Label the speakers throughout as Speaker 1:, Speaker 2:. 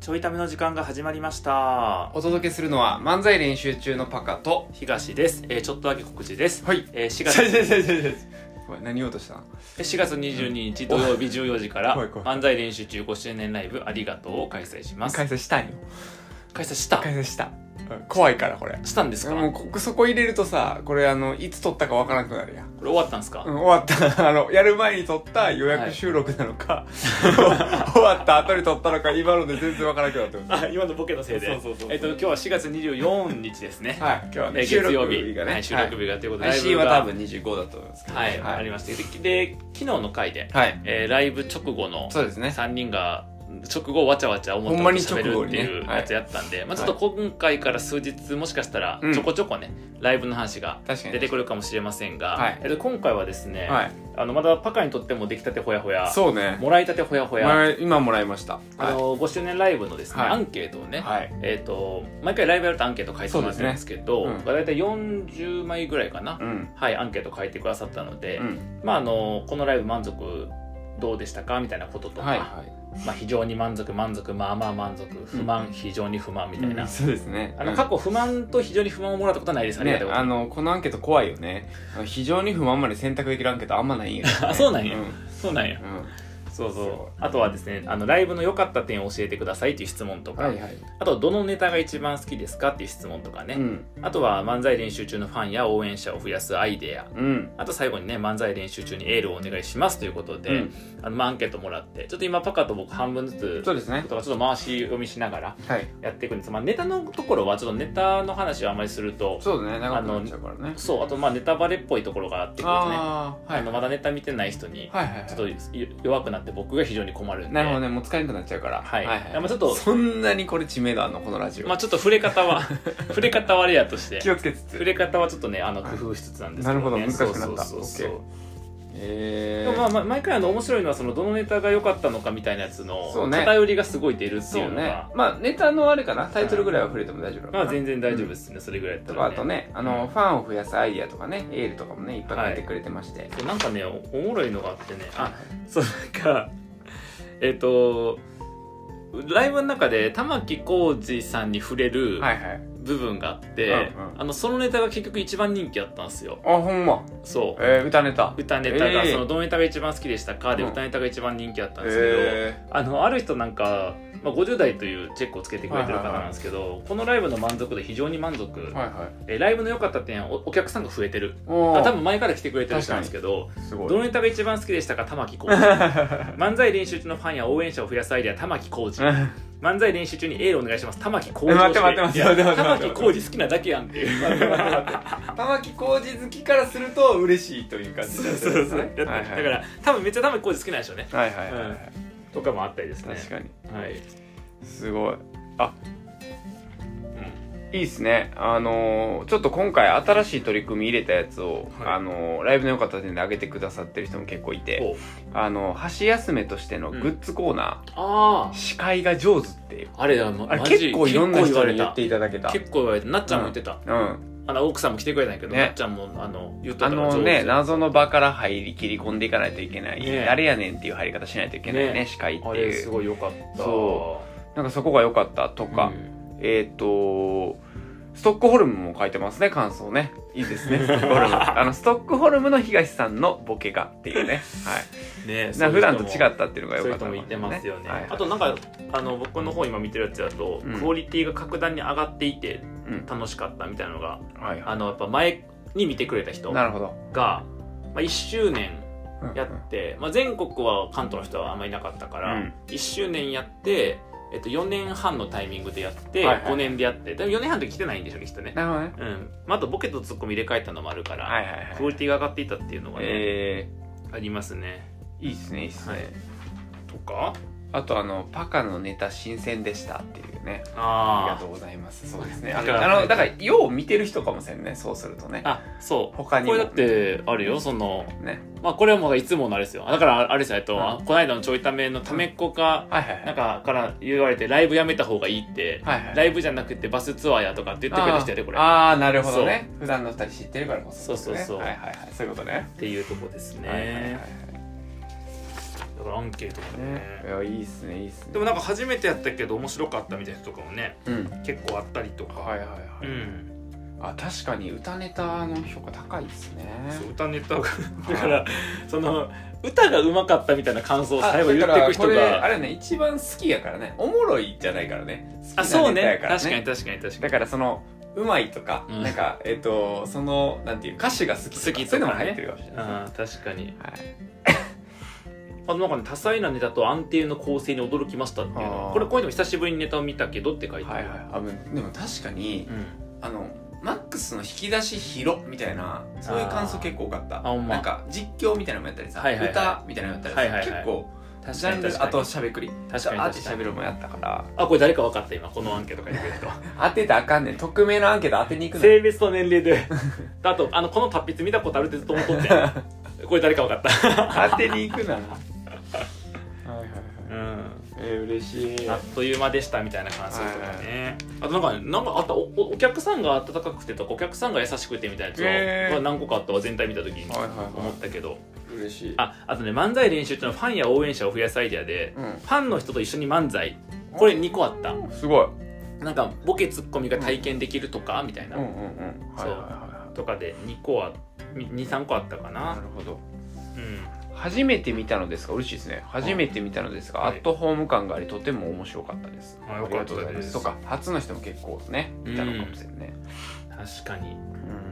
Speaker 1: ちょいための時間が始まりました
Speaker 2: お届けするのは漫才練習中のパカと
Speaker 1: 東です、えー、ちょっとだけ告知です、
Speaker 2: はい
Speaker 1: えー、4
Speaker 2: 違う
Speaker 1: 月
Speaker 2: 違う違う違う違うごめん何言おうとしたの
Speaker 1: 4月22日土曜日14時から
Speaker 2: 怖い怖い
Speaker 1: 漫才練習中5周年ライブありがとうを開催します
Speaker 2: 開催したんよ
Speaker 1: 開催した
Speaker 2: 開催した、うん怖いからこれ
Speaker 1: したんですか
Speaker 2: もう
Speaker 1: こ
Speaker 2: ここそこ入れるとさこれあのいつ撮ったかわからなくなるやん、
Speaker 1: れ終わったんですか、
Speaker 2: うん、終わった あのやる前に撮った予約収録なのか、 終わった後に撮ったのか今ので全然わからなくなってます
Speaker 1: あ今のボケのせいで
Speaker 2: そうそうそうそう
Speaker 1: えっと今日は4月24日ですね、
Speaker 2: はい今日は
Speaker 1: え
Speaker 2: ね
Speaker 1: ー
Speaker 2: 収
Speaker 1: 月
Speaker 2: 録
Speaker 1: 曜日
Speaker 2: 日がね
Speaker 1: はい、収録日がということで、
Speaker 2: 配
Speaker 1: ライブ
Speaker 2: 信は
Speaker 1: が
Speaker 2: 多分25だと思いますけど
Speaker 1: はい、
Speaker 2: はい
Speaker 1: ありましてでで昨日の回で、
Speaker 2: はい
Speaker 1: えーライブ直後の
Speaker 2: そうですね
Speaker 1: 3人が直後わちゃわちゃ思ったこと喋るって
Speaker 2: ほんまに直
Speaker 1: い
Speaker 2: 後に
Speaker 1: う
Speaker 2: ね
Speaker 1: やつやったんで、まあ、ちょっと今回から数日もしかしたら
Speaker 2: うん
Speaker 1: ちょこちょこね、ライブの話が
Speaker 2: 確かに
Speaker 1: 出てくるかもしれませんが、
Speaker 2: はい
Speaker 1: えっと今回はですね、
Speaker 2: はい
Speaker 1: あのまだパカにとっても出来たてほやほや
Speaker 2: そうね
Speaker 1: もらいたてほやほや、
Speaker 2: 前今もらいました
Speaker 1: あ
Speaker 2: は
Speaker 1: の5周年ライブのですね、
Speaker 2: はい
Speaker 1: アンケートをね、
Speaker 2: いはい
Speaker 1: えー、と毎回ライブやるとアンケート書いてもらってるんですけど
Speaker 2: そうですね
Speaker 1: 大体40枚ぐらいかな、
Speaker 2: うん
Speaker 1: はい、アンケート書いてくださったので、
Speaker 2: うん
Speaker 1: まあ、あのこのライブ満足どうでしたかみたいなこととか、
Speaker 2: はいは
Speaker 1: まあ、非常に満足満足まあまあ満足不満、非常に不満みたいな、
Speaker 2: いそうですね
Speaker 1: あ
Speaker 2: う
Speaker 1: の
Speaker 2: ん
Speaker 1: 過去不満と非常に不満をもらったことはないですありが
Speaker 2: ね
Speaker 1: とうござ
Speaker 2: あ
Speaker 1: い
Speaker 2: のこのアンケート怖いよねあの非常に不満まで選択できるアンケートあんまないんやけどね、
Speaker 1: あそうなんや
Speaker 2: うん
Speaker 1: ます、そうなんや
Speaker 2: う
Speaker 1: そう
Speaker 2: す
Speaker 1: そ
Speaker 2: ごいう
Speaker 1: あとはですねあのライブの良かった点を教えてくださいっていう質問と
Speaker 2: ん
Speaker 1: か、
Speaker 2: はいはい、
Speaker 1: あとどのネタが一番好きですかっていう質問とかね、
Speaker 2: うん
Speaker 1: あとは漫才練習中のファンや応援者を増やすアイデア
Speaker 2: うん
Speaker 1: あと最後にね漫才練習中にエールをお願いしますということで、
Speaker 2: うん
Speaker 1: あのまあアンケートもらってちょっと今パカと僕半分ずつ
Speaker 2: そうですね
Speaker 1: とかちょっと回し読みしながら
Speaker 2: はい
Speaker 1: やっていくんです、まあ、ネタのところはちょっとネタの話をあまりすると
Speaker 2: そうだね長くなっちゃうからね
Speaker 1: そうあとまあネタバレっぽいところがあってくるとねあ,、
Speaker 2: ああはい
Speaker 1: のまだネタ見てない人に
Speaker 2: はいはいはい
Speaker 1: ちょっと弱くなって僕が非常に困るんで
Speaker 2: なるほどねもう使えなくなっちゃうから
Speaker 1: はい
Speaker 2: はい
Speaker 1: まあちょっと
Speaker 2: そんなにこれ知名度あんのこのラジオ、
Speaker 1: まあちょっと触れ方 は触れ方はあれやとして
Speaker 2: 気をつけつ
Speaker 1: 触
Speaker 2: つ
Speaker 1: れ方はちょっとねあの工夫しつつなんですけど、ね、
Speaker 2: なるほど難しくなった
Speaker 1: そうそうそうそう
Speaker 2: OK え
Speaker 1: で
Speaker 2: ー
Speaker 1: もまあまあ毎回あの面白いのはそのどのネタが良かったのかみたいなやつの
Speaker 2: そうね
Speaker 1: 偏りがすごい出るって
Speaker 2: そ
Speaker 1: いう
Speaker 2: う
Speaker 1: のが
Speaker 2: ねまあネタのあれかなタイトルぐらいは触れても大丈夫なのか
Speaker 1: ま
Speaker 2: な
Speaker 1: あ全然大丈夫ですね、それぐらいやった、
Speaker 2: とからあ
Speaker 1: ね、
Speaker 2: とねあのファンを増やすアイディアとかねエールとかもねいっぱい書いてくれてまして、
Speaker 1: そうなんかねおおもろいのがあってねあそうなんかえっ、とライブの中で玉置浩二さんに触れる
Speaker 2: はいはい
Speaker 1: 部分があって、
Speaker 2: うんうん
Speaker 1: あのそのネタが結局一番人気だったんですよ
Speaker 2: あほんま
Speaker 1: そう
Speaker 2: えー、歌ネタ
Speaker 1: 歌ネタが、
Speaker 2: えー
Speaker 1: そのどのネタが一番好きでしたかで、
Speaker 2: うん
Speaker 1: 歌ネタが一番人気だったんですけど、
Speaker 2: え
Speaker 1: あのある人なんか、まあ、50代というチェックをつけてくれてる方なんですけど、このライブの満足度非常に満足、
Speaker 2: ー、はいはい
Speaker 1: えライブの良かった点おお客さんが増えてる
Speaker 2: お
Speaker 1: あ
Speaker 2: ー
Speaker 1: 多分前から来てくれてる人なんですけど
Speaker 2: すごい
Speaker 1: どのネタが一番好きでしたか玉置浩二 漫才練習中のファンや応援者を増やすアイデア玉置浩二漫才練習中にエールお願いします玉置浩二
Speaker 2: え待って待って待って
Speaker 1: いや
Speaker 2: 待って待
Speaker 1: 玉
Speaker 2: って
Speaker 1: 置浩二好きなだけやんっていう
Speaker 2: 待って待って待って 玉置浩二好きからすると嬉しいという感じ
Speaker 1: そうそうそうだ
Speaker 2: はいはい
Speaker 1: だから多分めっちゃ玉置浩二好きなんでしょうね
Speaker 2: はいはいはい、はい
Speaker 1: とかもあったりですね
Speaker 2: 確かに
Speaker 1: はい、
Speaker 2: すごいあ
Speaker 1: うん
Speaker 2: いいですねあのーちょっと今回新しい取り組み入れたやつを、
Speaker 1: はい
Speaker 2: あのーライブの良かった点で上げてくださってる人も結構いて
Speaker 1: お
Speaker 2: あの箸休めとしてのグッズコーナ
Speaker 1: あ
Speaker 2: ー、司会が上手っていう
Speaker 1: ああれだもう
Speaker 2: あれ
Speaker 1: マジ
Speaker 2: 結構いろんな人に言っていただけた
Speaker 1: 結構言われたなっちゃんも言ってた、
Speaker 2: うん、
Speaker 1: あの奥さんも来てくれたんやけど、
Speaker 2: ね
Speaker 1: なっちゃんもあの言っと
Speaker 2: あ
Speaker 1: ったから
Speaker 2: の
Speaker 1: 上
Speaker 2: ね
Speaker 1: 手
Speaker 2: 謎の場から入り切り込んでいかないといけない、
Speaker 1: ね
Speaker 2: 誰やねんっていう入り方しないといけないね
Speaker 1: ね
Speaker 2: 司会って
Speaker 1: あれ
Speaker 2: い
Speaker 1: す
Speaker 2: う
Speaker 1: ごい良かった
Speaker 2: そなんかそこが良かったとか、
Speaker 1: うん
Speaker 2: えっ、とストックホルムも書いてますね感想ねいいで すねストックホルムあのストックホルムの東さんのボケがってい うね、はい、
Speaker 1: ね
Speaker 2: な普段
Speaker 1: そ
Speaker 2: と
Speaker 1: ういう人も
Speaker 2: 違ったっていうのが
Speaker 1: そう
Speaker 2: 良
Speaker 1: い
Speaker 2: か
Speaker 1: う
Speaker 2: った
Speaker 1: 人も言
Speaker 2: のかも
Speaker 1: っ
Speaker 2: してれ
Speaker 1: ますよ
Speaker 2: ない
Speaker 1: ね、
Speaker 2: はいはい
Speaker 1: あとなんかあの僕の方今見てるやつだと、
Speaker 2: うん
Speaker 1: クオリティが格段に上がっていて
Speaker 2: うん
Speaker 1: 楽しかったみたいなのが
Speaker 2: はいは
Speaker 1: あのやっぱ前に見てくれた人
Speaker 2: い
Speaker 1: が、
Speaker 2: なるほど、
Speaker 1: まあ、1周年
Speaker 2: うん
Speaker 1: やって、まあ、全国は関東の人はあんまりいなかったから、
Speaker 2: うん
Speaker 1: 1周年やって、えっと、4年半のタイミングでやって、
Speaker 2: はいはい
Speaker 1: 5年でやってでも4年半で来てないんでしょうねきっとね
Speaker 2: なるほどね
Speaker 1: うん、まあ、あとボケとツッコミ入れ替えたのもあるから、
Speaker 2: はいはい
Speaker 1: クオ
Speaker 2: はい
Speaker 1: リティが上がっていたっていうのがね、
Speaker 2: え
Speaker 1: ありますね
Speaker 2: ー、いいですねいいですね、
Speaker 1: はいとか
Speaker 2: あとあのパカのネタ新鮮でしたっていうね
Speaker 1: あ
Speaker 2: ありがとうございますそうです ねあ
Speaker 1: だ
Speaker 2: の
Speaker 1: から
Speaker 2: あのだからよう見てる人かもしれんねそうするとね
Speaker 1: ああそう
Speaker 2: 他にも
Speaker 1: これだってあるよその
Speaker 2: ね
Speaker 1: まあこれはもういつものあれですよだからあれですよえっと、
Speaker 2: うん
Speaker 1: あこの間のちょいためのためっ子か、
Speaker 2: はいはいはい
Speaker 1: なんかから言われてライブやめた方がいいって、
Speaker 2: はいはい
Speaker 1: ライブじゃなくてバスツアーやとかって言ってくれる人やでこれっ
Speaker 2: あーあーなるほどね普段の二人知ってるからこそ、ね、
Speaker 1: そうそうそう
Speaker 2: はいはいはいそういうことね
Speaker 1: ていうとこですね、
Speaker 2: はいはいはいはい
Speaker 1: だからアンケートとかね
Speaker 2: ねいやいいっすねいいっすね
Speaker 1: でもなんか初めてやったけど面白かったみたいな人とかもね
Speaker 2: うん
Speaker 1: 結構あったりとか、
Speaker 2: はいはいはい、
Speaker 1: うん、
Speaker 2: あ確かに歌ネタの評価高いですね
Speaker 1: そう歌ネタが だからその歌がうまかったみたいな感想を最後言って
Speaker 2: だか
Speaker 1: く
Speaker 2: らこ
Speaker 1: 人
Speaker 2: れあ
Speaker 1: が
Speaker 2: れね一番好きやからねおもろいじゃないからね好きな
Speaker 1: あそう
Speaker 2: ネタ
Speaker 1: ね
Speaker 2: やら
Speaker 1: 確かに確かに確か
Speaker 2: だ
Speaker 1: に
Speaker 2: からそのうまいとか、
Speaker 1: うん
Speaker 2: なんかえっ、とそのなんていう歌詞が好きとか
Speaker 1: 好き
Speaker 2: そう
Speaker 1: と
Speaker 2: いうのも
Speaker 1: か
Speaker 2: 入
Speaker 1: ね
Speaker 2: ってるかもしれないですね
Speaker 1: あー確かに
Speaker 2: はい
Speaker 1: あとなんかね多彩なネタと安定の構成に驚きましたっていうの
Speaker 2: あー
Speaker 1: これこういうのも久しぶりにネタを見たけどって書いてあ
Speaker 2: はい
Speaker 1: る、
Speaker 2: はいあぶでも確かに、
Speaker 1: うん、
Speaker 2: あのマックスの引き出し広みたいなそういう感想結構多かった
Speaker 1: あほんま
Speaker 2: なんか実況みたいなのもやったりさ、
Speaker 1: はいはいはい
Speaker 2: 歌みたいなのやったりさ、
Speaker 1: はいはいはい
Speaker 2: 結構
Speaker 1: 確
Speaker 2: ジ
Speaker 1: か
Speaker 2: ャン
Speaker 1: に
Speaker 2: ル
Speaker 1: 確
Speaker 2: あ
Speaker 1: か
Speaker 2: と
Speaker 1: に
Speaker 2: しゃべくり
Speaker 1: 確かに
Speaker 2: あっ
Speaker 1: 確
Speaker 2: てし
Speaker 1: か
Speaker 2: ゃ
Speaker 1: に
Speaker 2: べるもやったから
Speaker 1: あこれ誰か分かった今このアンケート書いてくれる人
Speaker 2: 当てたらあかんねん匿名のアンケート当てに行くの
Speaker 1: 性別と年齢であとあのこの達筆見たことあるってずっと思っとって これ誰か分かった
Speaker 2: 当てに 行くなはいはいはい
Speaker 1: うん
Speaker 2: えー、嬉しい
Speaker 1: あっという間でしたみたいな感想とかね、あとなんかねなんかあったおおお客さんが温かくてとかお客さんが優しくてみたいなや
Speaker 2: へ
Speaker 1: つ
Speaker 2: ー
Speaker 1: は何個かあったわ全体見た時に
Speaker 2: はいはい
Speaker 1: 思っ
Speaker 2: は
Speaker 1: たけど、
Speaker 2: い嬉しい
Speaker 1: ああとね漫才練習っていうのはファンや応援者を増やすアイデアで
Speaker 2: うん
Speaker 1: ファンの人と一緒に漫才これ2個あった
Speaker 2: すごい
Speaker 1: なんかボケツッコミが体験できるとかみたい
Speaker 2: うん
Speaker 1: な、
Speaker 2: うんうんはいはいは
Speaker 1: とかで2個は23個あったか
Speaker 2: いはいな
Speaker 1: な
Speaker 2: るほど
Speaker 1: うん
Speaker 2: 初めて見たのですが嬉しいですね初めて見たのですが、
Speaker 1: はい
Speaker 2: アットホーム感がありとても面白かったです
Speaker 1: あよかったです
Speaker 2: ありがとうございますそうか初の人も結構ねいたのかもしれないね
Speaker 1: 確かに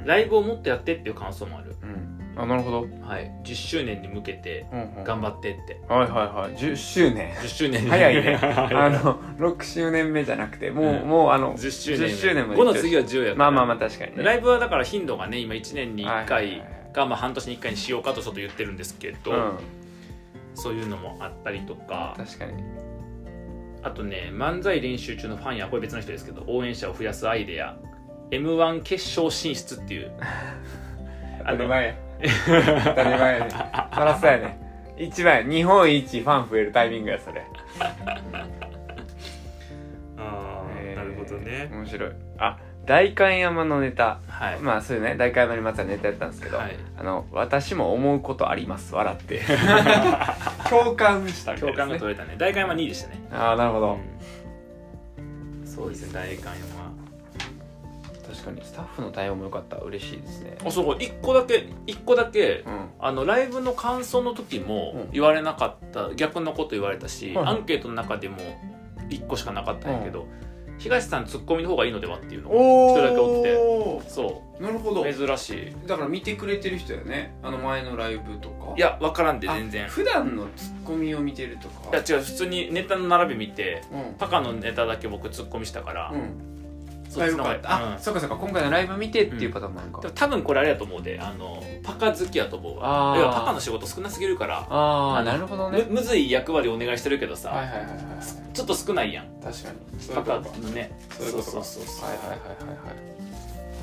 Speaker 2: うん
Speaker 1: ライブをもっとやってっていう感想もある、
Speaker 2: うんあなるほど、
Speaker 1: はい、10周年に向けて頑
Speaker 2: 張
Speaker 1: 張ってって
Speaker 2: はいはいはい10周年
Speaker 1: 10周年に
Speaker 2: 早 いねあ
Speaker 1: あの
Speaker 2: の6周年目じゃなくてもう、
Speaker 1: うん
Speaker 2: もうあの
Speaker 1: 10周年
Speaker 2: 10周年まで
Speaker 1: 5の次は10やから
Speaker 2: まあまあまあ確かにね
Speaker 1: ラ
Speaker 2: イ
Speaker 1: イブはだから頻度がね今1年に1
Speaker 2: はい
Speaker 1: 回がまあ半年に1回にしようかとちょっと言ってるんですけど、
Speaker 2: うん、
Speaker 1: そういうのもあったりとか
Speaker 2: 確かに
Speaker 1: あとね漫才練習中のファンやこれ別の人ですけど応援者を増やすアイデア m 1決勝進出って いう
Speaker 2: 当たり前や当たり前やねそらそうやね一番日本一ファン増えるタイミングやそれ
Speaker 1: あーなるほど
Speaker 2: えー
Speaker 1: ね
Speaker 2: 面白いあ代官山のネタ
Speaker 1: はい、
Speaker 2: まあそういうね代官山にまつわるネタやったんですけど、
Speaker 1: はい
Speaker 2: あの私も思うことあります笑って 共感したみたい
Speaker 1: 共
Speaker 2: です
Speaker 1: 感
Speaker 2: ね
Speaker 1: が取れたね大会は2位でしたね
Speaker 2: ああなるほど、
Speaker 1: そうですね大観は
Speaker 2: 確かにスタッフの対応も良かった嬉しいですね
Speaker 1: あそうこれ1個だけ一個だけ
Speaker 2: うん
Speaker 1: あのライブの感想の時も
Speaker 2: うん
Speaker 1: 言われなかった、逆のこと言われたし、
Speaker 2: はいはい
Speaker 1: アンケートの中でも1個しかなかったんやけど、東さんツッコミの方がいいのではっていうのを
Speaker 2: お
Speaker 1: 一人だけおって
Speaker 2: お
Speaker 1: そ
Speaker 2: なるほ
Speaker 1: う珍しい
Speaker 2: だから見てくれてる人やねあの前のライブとか
Speaker 1: いや分からんで全然い
Speaker 2: あ普段のツッコミを見てるとか
Speaker 1: や違う普通にネタの並び見て
Speaker 2: う
Speaker 1: パカのネタだけ僕ツッコミしたから、
Speaker 2: んうん
Speaker 1: そっちの方が
Speaker 2: あよかったあ、
Speaker 1: うん
Speaker 2: そうかそうか今回のライブ見てっていうパターンもあるか、
Speaker 1: でも多分これあれやと思うであのパカ好きやと思う
Speaker 2: あ
Speaker 1: わ
Speaker 2: ー
Speaker 1: いやパカの仕事少なすぎるから
Speaker 2: あ
Speaker 1: あ
Speaker 2: あ
Speaker 1: の
Speaker 2: なるほど
Speaker 1: む
Speaker 2: ね
Speaker 1: むずい役割お願いしてるけどさ、
Speaker 2: はいはいはいはい
Speaker 1: ちょっと少ないやん
Speaker 2: 確かにそうい
Speaker 1: パ
Speaker 2: うこと
Speaker 1: カ
Speaker 2: か
Speaker 1: のね
Speaker 2: そういうこと
Speaker 1: そう
Speaker 2: か
Speaker 1: そうそう
Speaker 2: はいはいはいはいはい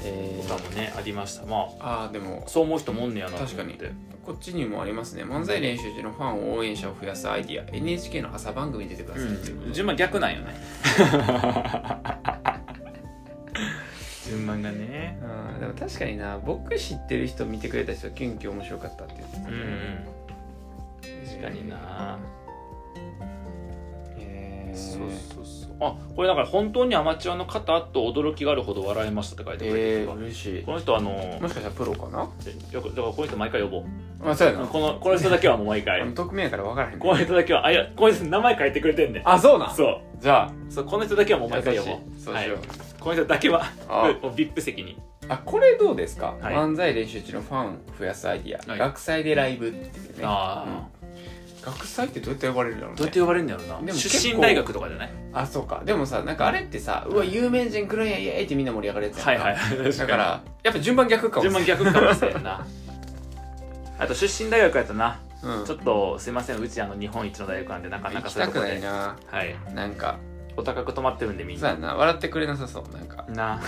Speaker 2: え
Speaker 1: とかも
Speaker 2: ー、
Speaker 1: ねありましたま
Speaker 2: ああでも
Speaker 1: あそう思う人もおんねやなと思って
Speaker 2: 確かこっちにもありますね漫才練習時のファンを応援者を増やすアイディア NHK の朝番組に出てくださいっていうこと
Speaker 1: うん、順番逆なんよ ね順番がね
Speaker 2: あーでも確かにな僕知ってる人見てくれた人はキュンキュン面白かったって言ってた
Speaker 1: うん、確かにな
Speaker 2: へー
Speaker 1: そうそうそうあこれだから本当にアマチュアの方と驚きがあるほど笑いましたって書いてくれて
Speaker 2: え
Speaker 1: る
Speaker 2: ー、
Speaker 1: わ
Speaker 2: 嬉しい
Speaker 1: この人あの
Speaker 2: もしかしたらプロかな
Speaker 1: よくだからこの人毎回呼ぼう
Speaker 2: あそうや
Speaker 1: うん
Speaker 2: な
Speaker 1: このこの人だけはもう毎
Speaker 2: あ
Speaker 1: 回
Speaker 2: の匿名やから分からへん
Speaker 1: この人だけはあいやこの人名前書いてくれてんねん
Speaker 2: あそうなん
Speaker 1: そう
Speaker 2: じゃあ
Speaker 1: そうこの人だけはもう毎回
Speaker 2: 優
Speaker 1: 呼
Speaker 2: し
Speaker 1: ぼう
Speaker 2: いそうしよう、
Speaker 1: この人だけは
Speaker 2: あ
Speaker 1: もう VIP 席に
Speaker 2: あこれどうですか、
Speaker 1: はい
Speaker 2: 漫才練習中のファン増やすアイディア、
Speaker 1: はい
Speaker 2: 学祭でライブっていうね
Speaker 1: あ
Speaker 2: うん学祭ってどうやって呼ばれるんだろうね
Speaker 1: どうやって呼ばれるんだろうな
Speaker 2: でも
Speaker 1: 出
Speaker 2: 結
Speaker 1: 身
Speaker 2: 構
Speaker 1: 大学とかじゃない
Speaker 2: あそうかでもさなんかあれってさうわ有名人来るんやイエーイってみんな盛り上がるやつやんか
Speaker 1: はいはい確
Speaker 2: だからやっぱ順番逆かも
Speaker 1: 順番逆かもしれん なあと出身大学やとな
Speaker 2: うん
Speaker 1: ちょっとすいませんうちあの日本一の大学なんでなかな
Speaker 2: 行
Speaker 1: か
Speaker 2: き
Speaker 1: そうい
Speaker 2: た
Speaker 1: うと
Speaker 2: く
Speaker 1: こ
Speaker 2: ない
Speaker 1: で
Speaker 2: な
Speaker 1: はい
Speaker 2: なんか
Speaker 1: お高く泊まってるんでみん
Speaker 2: そう
Speaker 1: な
Speaker 2: やな笑ってくれなさそうなんか
Speaker 1: な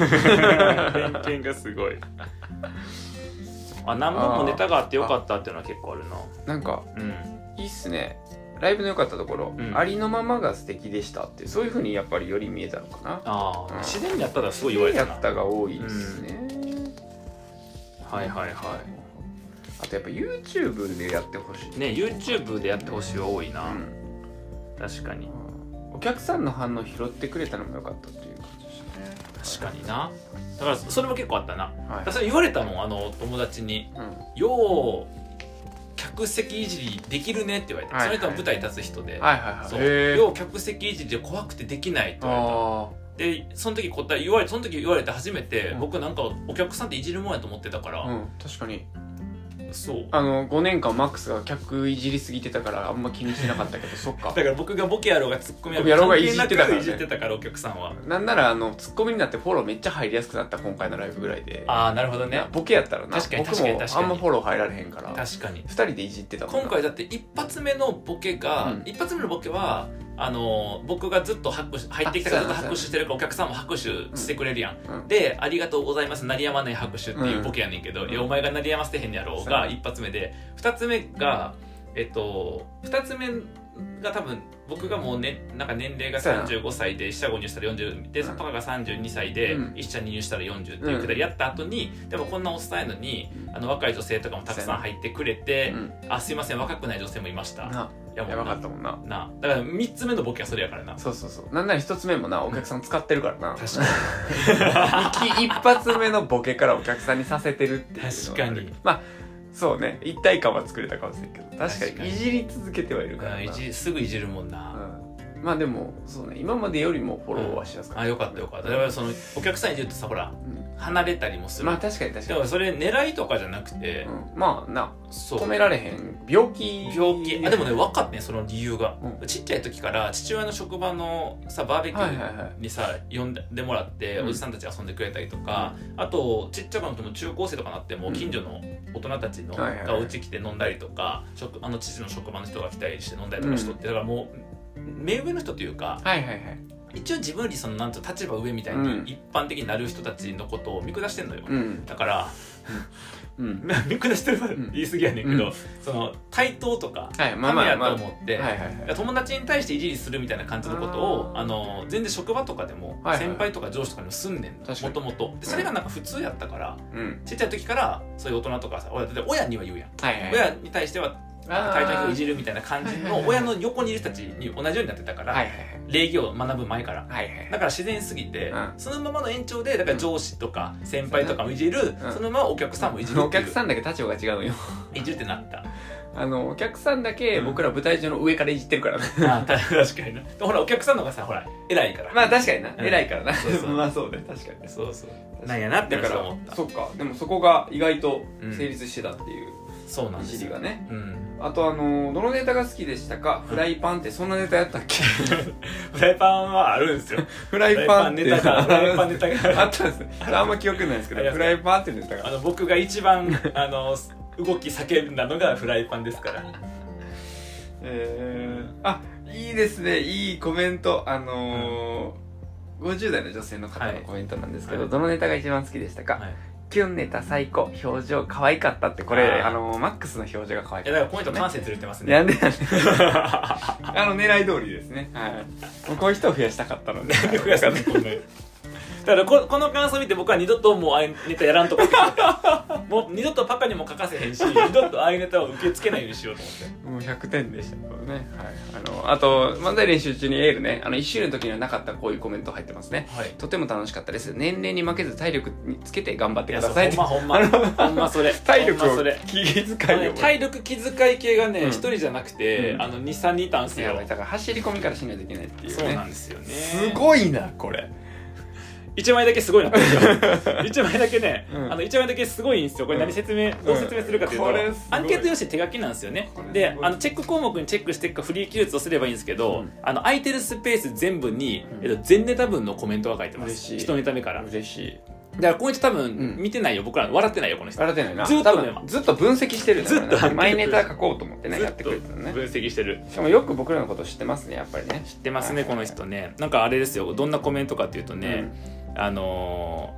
Speaker 1: 偏見がすごいあ何本もネタがあってよかったっていうのは結構あるな
Speaker 2: なんか
Speaker 1: うん
Speaker 2: いいっすねライブの良かったところ、
Speaker 1: うん
Speaker 2: ありのままが素敵でしたってそういうふうにやっぱりより見えたのかな
Speaker 1: ああ
Speaker 2: うん
Speaker 1: 自然にやったらすごい言われ
Speaker 2: や
Speaker 1: たな
Speaker 2: ったが多いですね、
Speaker 1: はいはいはい
Speaker 2: あとやっぱ YouTube でやってほしい
Speaker 1: ね YouTube でやってほしいは多いな、
Speaker 2: うん
Speaker 1: 確かに
Speaker 2: お客さんの反応拾ってくれたのも良かったっていう感じでしたね
Speaker 1: 確かになだからそれも結構あったな
Speaker 2: はい
Speaker 1: 私言われたもんあの友達に
Speaker 2: うん
Speaker 1: 「よう客席いじりできるね」って言われて、
Speaker 2: はいはい
Speaker 1: その人は舞台立つ人で、
Speaker 2: はいはいはい
Speaker 1: そう
Speaker 2: へー
Speaker 1: よう客席いじりで怖くてできないって言われた
Speaker 2: あ
Speaker 1: でその時答え言われその時言われて初めて、
Speaker 2: うん
Speaker 1: 僕なんかお客さんっていじるもんやと思ってたから、
Speaker 2: ーうん確かに
Speaker 1: そう
Speaker 2: あの5年間マックスが客いじりすぎてたからあんま気にしてなかったけどそ っか
Speaker 1: だから僕がボケやろうがツッコミやろう
Speaker 2: やろうが
Speaker 1: 関係なく
Speaker 2: いじっ
Speaker 1: い
Speaker 2: てたからね
Speaker 1: じってたからお客さんは
Speaker 2: なんならあのツッコミになってフォローめっちゃ入りやすくなった今回のライブぐらいで
Speaker 1: ああなるほどね
Speaker 2: ボケやったらな
Speaker 1: 確かに
Speaker 2: 僕
Speaker 1: 確かに
Speaker 2: も
Speaker 1: 確か
Speaker 2: あ
Speaker 1: に
Speaker 2: んまフォロー入られへんから2
Speaker 1: 確かに
Speaker 2: 人でいじってたもんな
Speaker 1: 今回だって一発目のボケが、
Speaker 2: うん
Speaker 1: 一発目のボケはあの僕がずっと拍手入ってきたからずっと拍手してるからお客さんも拍手してくれるやん、
Speaker 2: うん
Speaker 1: で「ありがとうございます鳴りやまない拍手」っていうボケやねんけど「
Speaker 2: うん
Speaker 1: いやお前が鳴りやませてへんやろ」
Speaker 2: そう
Speaker 1: が
Speaker 2: やな
Speaker 1: 一発目で二つ目がえっと二つ目が多分僕がもう、ね、なんか年齢が
Speaker 2: そうやな
Speaker 1: 35歳で下5入したら40で
Speaker 2: うん
Speaker 1: パパが32歳で
Speaker 2: うん
Speaker 1: 一社入したら40っていうくだりやった後にでもこんなおっさんやのにあの若い女性とかもたくさん入ってくれて
Speaker 2: うん
Speaker 1: あすいません若くない女性もいました
Speaker 2: な
Speaker 1: やもう
Speaker 2: やばかっ
Speaker 1: な
Speaker 2: たもんな
Speaker 1: なだから3つ目のボケはそれやからな
Speaker 2: そうそうそうなんなら1つ目もなお客さん使ってるからな
Speaker 1: 確かに
Speaker 2: 一一発目のボケからお客さんにさせてるっていうのは
Speaker 1: 確かに
Speaker 2: まあそうね一体感は作れたかもしれんけど確か
Speaker 1: 確かに
Speaker 2: にいじり続けてはいるから
Speaker 1: うん
Speaker 2: ない
Speaker 1: じすぐいじるもんな、
Speaker 2: うんまあでもそうね今までよりもフォローはしやすかった、
Speaker 1: あよかったよかっただからそのお客さんいじるとさほら
Speaker 2: うん
Speaker 1: 離れたりもする、
Speaker 2: まあ確かに確か
Speaker 1: で
Speaker 2: に、
Speaker 1: もそれ狙いとかじゃなくて、
Speaker 2: うんまあな
Speaker 1: そう
Speaker 2: 止められへん病気
Speaker 1: 病気あでもね分かってんその理由が、
Speaker 2: う
Speaker 1: ちっちゃい時から父親の職場のさバーベキュ
Speaker 2: はいはいは
Speaker 1: ーにさ、呼んでもらって
Speaker 2: うん
Speaker 1: おじさんたち遊んでくれたりとか、あとちっちゃい子の時も中高生とかなっても
Speaker 2: うん
Speaker 1: 近所の大人たちの、
Speaker 2: はいはいはい
Speaker 1: がお家来て飲んだりとか職あの父の職場の人が来たりして飲んだりとかしとって、だからもう目上の人というか
Speaker 2: はいはいはい
Speaker 1: 一応自分よりそのなんと立場上みたい
Speaker 2: うん
Speaker 1: に一般的になる人たちのことを見下してんのよ、
Speaker 2: うん
Speaker 1: だから
Speaker 2: うん
Speaker 1: 見下してるは言い過ぎやねんけど、
Speaker 2: う
Speaker 1: その対等とか
Speaker 2: はいま
Speaker 1: 神
Speaker 2: あまあ
Speaker 1: や
Speaker 2: ま
Speaker 1: と
Speaker 2: あはい
Speaker 1: 思って、
Speaker 2: はいはい
Speaker 1: 友達に対していじりするみたいな感じのことを
Speaker 2: あー
Speaker 1: あの全然職場とかでも、
Speaker 2: はいはい
Speaker 1: 先輩とか上司とかにも住んでんの
Speaker 2: 確か
Speaker 1: も
Speaker 2: に
Speaker 1: ともとでそれがなんか普通やったから、
Speaker 2: うん
Speaker 1: ちっちゃい時からそういう大人とかさ親だって親には言うやん、
Speaker 2: はいはい
Speaker 1: 親に対しては
Speaker 2: あー
Speaker 1: 対等にいじるみたいな感じ
Speaker 2: はいはいは
Speaker 1: の
Speaker 2: い
Speaker 1: 親の横にいる人たちに同じようになってたから、
Speaker 2: はいはいはい
Speaker 1: 礼儀を学ぶ前から。
Speaker 2: はいはい
Speaker 1: だから自然すぎて、
Speaker 2: うん
Speaker 1: そのままの延長でだから上司とか先輩とかもいじる、
Speaker 2: うん
Speaker 1: そのままお客さんもいじる
Speaker 2: お
Speaker 1: っていう
Speaker 2: 客さんだけ立場が違うのよ
Speaker 1: いじるってなった
Speaker 2: あのお客さんだけ僕ら舞台上の上からいじってる からね
Speaker 1: あた確かになでほらお客さんの方がさほら偉いから
Speaker 2: まあ確かにな
Speaker 1: うん
Speaker 2: 偉いからな
Speaker 1: そうそう
Speaker 2: まあそうね確かにね
Speaker 1: そうそうなんやなって
Speaker 2: だか
Speaker 1: から
Speaker 2: ら
Speaker 1: 思った
Speaker 2: そっかでもそこが意外と成立してたっていう
Speaker 1: そうなん
Speaker 2: い
Speaker 1: で
Speaker 2: じ
Speaker 1: す
Speaker 2: り
Speaker 1: よ、
Speaker 2: がね
Speaker 1: うん、
Speaker 2: あとあのどのネタが好きでしたかフライパンってそんなネタやったっけ
Speaker 1: フライパンはあるんですよ
Speaker 2: フラ
Speaker 1: フ
Speaker 2: イパンって
Speaker 1: ネタがフライパンネ
Speaker 2: タ
Speaker 1: タが
Speaker 2: あったんですねあんま記憶ないですけ
Speaker 1: あり
Speaker 2: ど
Speaker 1: ます
Speaker 2: フライパンってネタ
Speaker 1: あ
Speaker 2: が
Speaker 1: の僕が一番あの動き叫んだのがフライパンですから
Speaker 2: えーあいいですねいいコメントあのー50代の女性の方のコメントなんですけど、
Speaker 1: はい
Speaker 2: どのネタが一番好きでしたか、
Speaker 1: はい
Speaker 2: キュンネタ最高表情可愛かったってこれ
Speaker 1: あー
Speaker 2: あのーマックスの表情が可愛
Speaker 1: い
Speaker 2: か
Speaker 1: やだか
Speaker 2: った
Speaker 1: らこの人感性つれてますね
Speaker 2: やんでやんで あの狙い通りですねはいもうこういう人を増やしたかったので
Speaker 1: なんで増やしたのこんなにだからここの感想見て僕は二度ともうああいうネタやらんとこって思ったもう二度とパカにも書かせへんし二度とああいうネタを受け付けないようにしようと思って
Speaker 2: もう100点でしたけどね、はい、あのあと漫才練習中にエールねあの1周年の時にはなかったこういうコメント入ってますね
Speaker 1: はい
Speaker 2: とても楽しかったです年齢に負けず体力につけて頑張って
Speaker 1: い
Speaker 2: く
Speaker 1: や
Speaker 2: だ
Speaker 1: そう
Speaker 2: さいって
Speaker 1: ほんまほんまほんまそれ
Speaker 2: 体力
Speaker 1: ほんま
Speaker 2: を
Speaker 1: それ
Speaker 2: 気遣い
Speaker 1: ね
Speaker 2: を
Speaker 1: 体力気遣い系がね
Speaker 2: うん
Speaker 1: 一、人じゃなくて、
Speaker 2: うん
Speaker 1: あの23人いたんす
Speaker 2: やば
Speaker 1: よ
Speaker 2: いだから走り込みからしないといけないっていうね
Speaker 1: そうなんですよね
Speaker 2: すごいなこれ
Speaker 1: 1枚だけすごいなってるよ1 枚だけね、
Speaker 2: うん
Speaker 1: あの1枚だけすごいんですよこれ
Speaker 2: う
Speaker 1: 何
Speaker 2: ん
Speaker 1: 説明、どう説明するかというと、
Speaker 2: これすごい
Speaker 1: アンケート用紙手書きなんですよね
Speaker 2: これすごい
Speaker 1: であのチェック項目にチェックしていくかフリー記述をすればいいんですけど、
Speaker 2: うん
Speaker 1: あの空いてるスペース全部に、
Speaker 2: うん
Speaker 1: えっと、全ネタ分のコメントが書いてま
Speaker 2: 嬉し
Speaker 1: す
Speaker 2: い
Speaker 1: 一ネタ目からだか
Speaker 2: 嬉しい
Speaker 1: らこの人多分
Speaker 2: ん
Speaker 1: 見てないよ僕ら笑ってないよこの人
Speaker 2: 笑ってないな
Speaker 1: ずっと
Speaker 2: 多分ずっと分析してるんだろうね
Speaker 1: ずっとやってる
Speaker 2: マイネタ書こうと思ってね
Speaker 1: ず
Speaker 2: や
Speaker 1: っ
Speaker 2: って
Speaker 1: と
Speaker 2: く
Speaker 1: 分
Speaker 2: れたのね
Speaker 1: 析してる
Speaker 2: しかもよく僕らのこと知ってますねやっぱりね知っ
Speaker 1: 知ってますねこの人ねなんかあれですよどんなコメントかっていうとね、あのー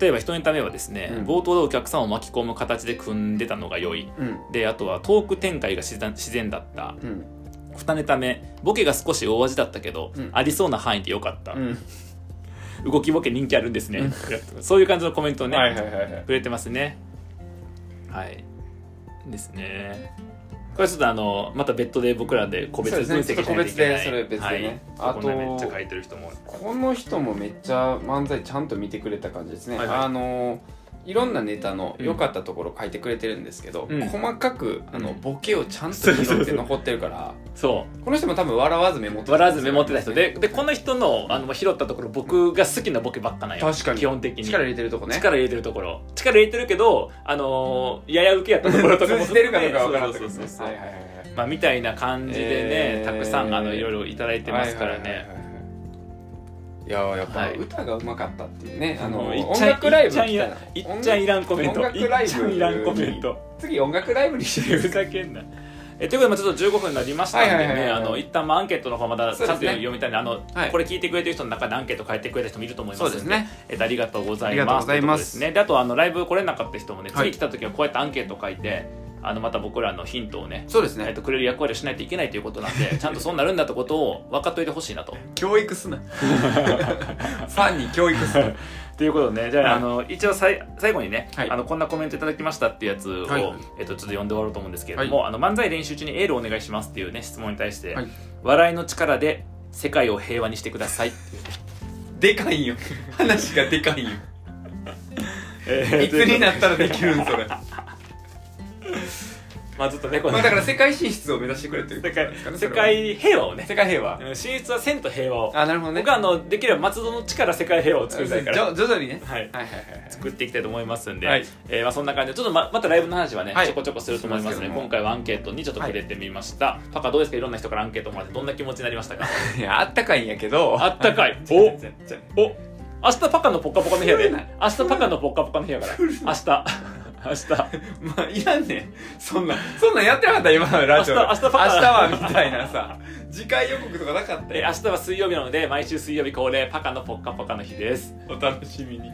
Speaker 1: 例えば一ネタ目はですね、
Speaker 2: うん
Speaker 1: 冒頭でお客さんを巻き込む形で組んでたのが良い
Speaker 2: うん
Speaker 1: であとはトーク展開が自然自然だった
Speaker 2: うん
Speaker 1: 二ネタ目ボケが少し大味だったけど、
Speaker 2: うん
Speaker 1: ありそうな範囲で良かった、
Speaker 2: うん
Speaker 1: 動きボケ人気あるんですね、 そういう感じのコメントをね、
Speaker 2: はいはいはいはい
Speaker 1: くれてますねはいですねこれちょっとあのまた別途で僕らで個別
Speaker 2: そう
Speaker 1: 分
Speaker 2: ですね
Speaker 1: 析しないといけない
Speaker 2: ちょっと個別でそれ別でね
Speaker 1: はい、
Speaker 2: あと
Speaker 1: こんなめっちゃ書いてる人も
Speaker 2: この人もめっちゃ漫才ちゃんと見てくれた感じですね、
Speaker 1: はいはい
Speaker 2: あのいろんなネタの良かったところ書いてくれてるんですけど、
Speaker 1: うん
Speaker 2: 細かくあの
Speaker 1: うん
Speaker 2: ボケをちゃんと拾って残ってるから
Speaker 1: そ
Speaker 2: この人も多分笑わずメモって
Speaker 1: う笑わずメモってた人ででこの人のあの拾ったところ僕が好きなボケばっかなんよ
Speaker 2: 確かに
Speaker 1: 基本的に
Speaker 2: 力入れてるとこね
Speaker 1: 力入れてるところ力入れてるけどあのーやや受けやったところとかも
Speaker 2: 通じてるかどうかわからん
Speaker 1: そうそうそうそう
Speaker 2: はいはいはいはい
Speaker 1: まあみたいな感じでね、
Speaker 2: えー
Speaker 1: たくさんあのいろいろいただいてますからね、
Speaker 2: はいはいはいはいいやーやっぱ
Speaker 1: はい
Speaker 2: 歌がうまかったっていうね、あの
Speaker 1: もういっ
Speaker 2: 音
Speaker 1: ちゃん
Speaker 2: 楽ライブ行きた
Speaker 1: いっちゃんいらんコメント
Speaker 2: 音
Speaker 1: いっ
Speaker 2: 楽ライブ
Speaker 1: ちゃんいらんコメント
Speaker 2: 次音楽ライブにして
Speaker 1: ふざけんな。えということでまあちょっと15分になりましたんで
Speaker 2: はいはいはい
Speaker 1: ね
Speaker 2: はい
Speaker 1: あの一旦まあアンケートの方まだちゃんと
Speaker 2: そうですね
Speaker 1: 読みたいんであの、
Speaker 2: はい
Speaker 1: これ聞いてくれてる人の中でアンケート書いてくれた人もいると思いますんで
Speaker 2: ね
Speaker 1: えっとありがとうござ
Speaker 2: あ
Speaker 1: い
Speaker 2: りがと
Speaker 1: ま
Speaker 2: うご
Speaker 1: す
Speaker 2: ざいます
Speaker 1: ということですねであとあのライブ来れなかった人もね
Speaker 2: はい
Speaker 1: 次来た時はこうやってアンケート書いてあのまた僕らのヒントをね
Speaker 2: そうですね
Speaker 1: えっと、くれる役割をしないといけないということなん でちゃんとそうなるんだってことを分かっといてほしいなと。
Speaker 2: 教育すなファンに教育すな
Speaker 1: ということでねじゃあ,、
Speaker 2: はい
Speaker 1: あの一応さい最後にね、
Speaker 2: はい
Speaker 1: あのこんなコメントいただきましたっていうやつを、
Speaker 2: はい
Speaker 1: えっと、ちょっと読んで終わろうと思うんですけれども、あの漫才練習中にエールをお願いしますっていうね質問に対して、
Speaker 2: はい
Speaker 1: 笑いの力で世界を平和にしてください、
Speaker 2: でかいんよ話がでかいんよ
Speaker 1: え
Speaker 2: いつになったらできるんそれま
Speaker 1: まあちょっとねこ
Speaker 2: あ
Speaker 1: の
Speaker 2: だから世界進出を目指してくれというこ
Speaker 1: 世
Speaker 2: となんですか
Speaker 1: 界
Speaker 2: ね
Speaker 1: 世界
Speaker 2: それは
Speaker 1: 平和をね
Speaker 2: 世界平和
Speaker 1: うん進出は千と平和を、
Speaker 2: あなるほどね
Speaker 1: 僕はあのできれば松戸の力世界平和を作りたいから、
Speaker 2: 徐徐々にね
Speaker 1: はい、
Speaker 2: はいはいはい
Speaker 1: 作っていきたいと思いますんで、
Speaker 2: はい
Speaker 1: えーまあ、そんな感じでちょっとままたライブの話はね、
Speaker 2: はい
Speaker 1: ちょこちょこすると思いますので
Speaker 2: しますけども
Speaker 1: 今回はアンケートにちょっと触れてみました、パカどうですかいろんな人からアンケートもらってどんな気持ちになりましたか
Speaker 2: いやあったかいんやけ ど
Speaker 1: あったかい お
Speaker 2: 違う違う違う
Speaker 1: お明日パカのポッカポカの部屋で
Speaker 2: 来るな
Speaker 1: 明日パカのポッカポカの部屋から明日 明日
Speaker 2: まあいらんねんそんなそんなんやってなかった今のラジオで
Speaker 1: 明日明日パパ
Speaker 2: 明日はみたいなさ次回予告とかなかった
Speaker 1: えー
Speaker 2: よ
Speaker 1: 明日は水曜日なので毎週水曜日恒例パカのポッカポカの日です
Speaker 2: お楽しみに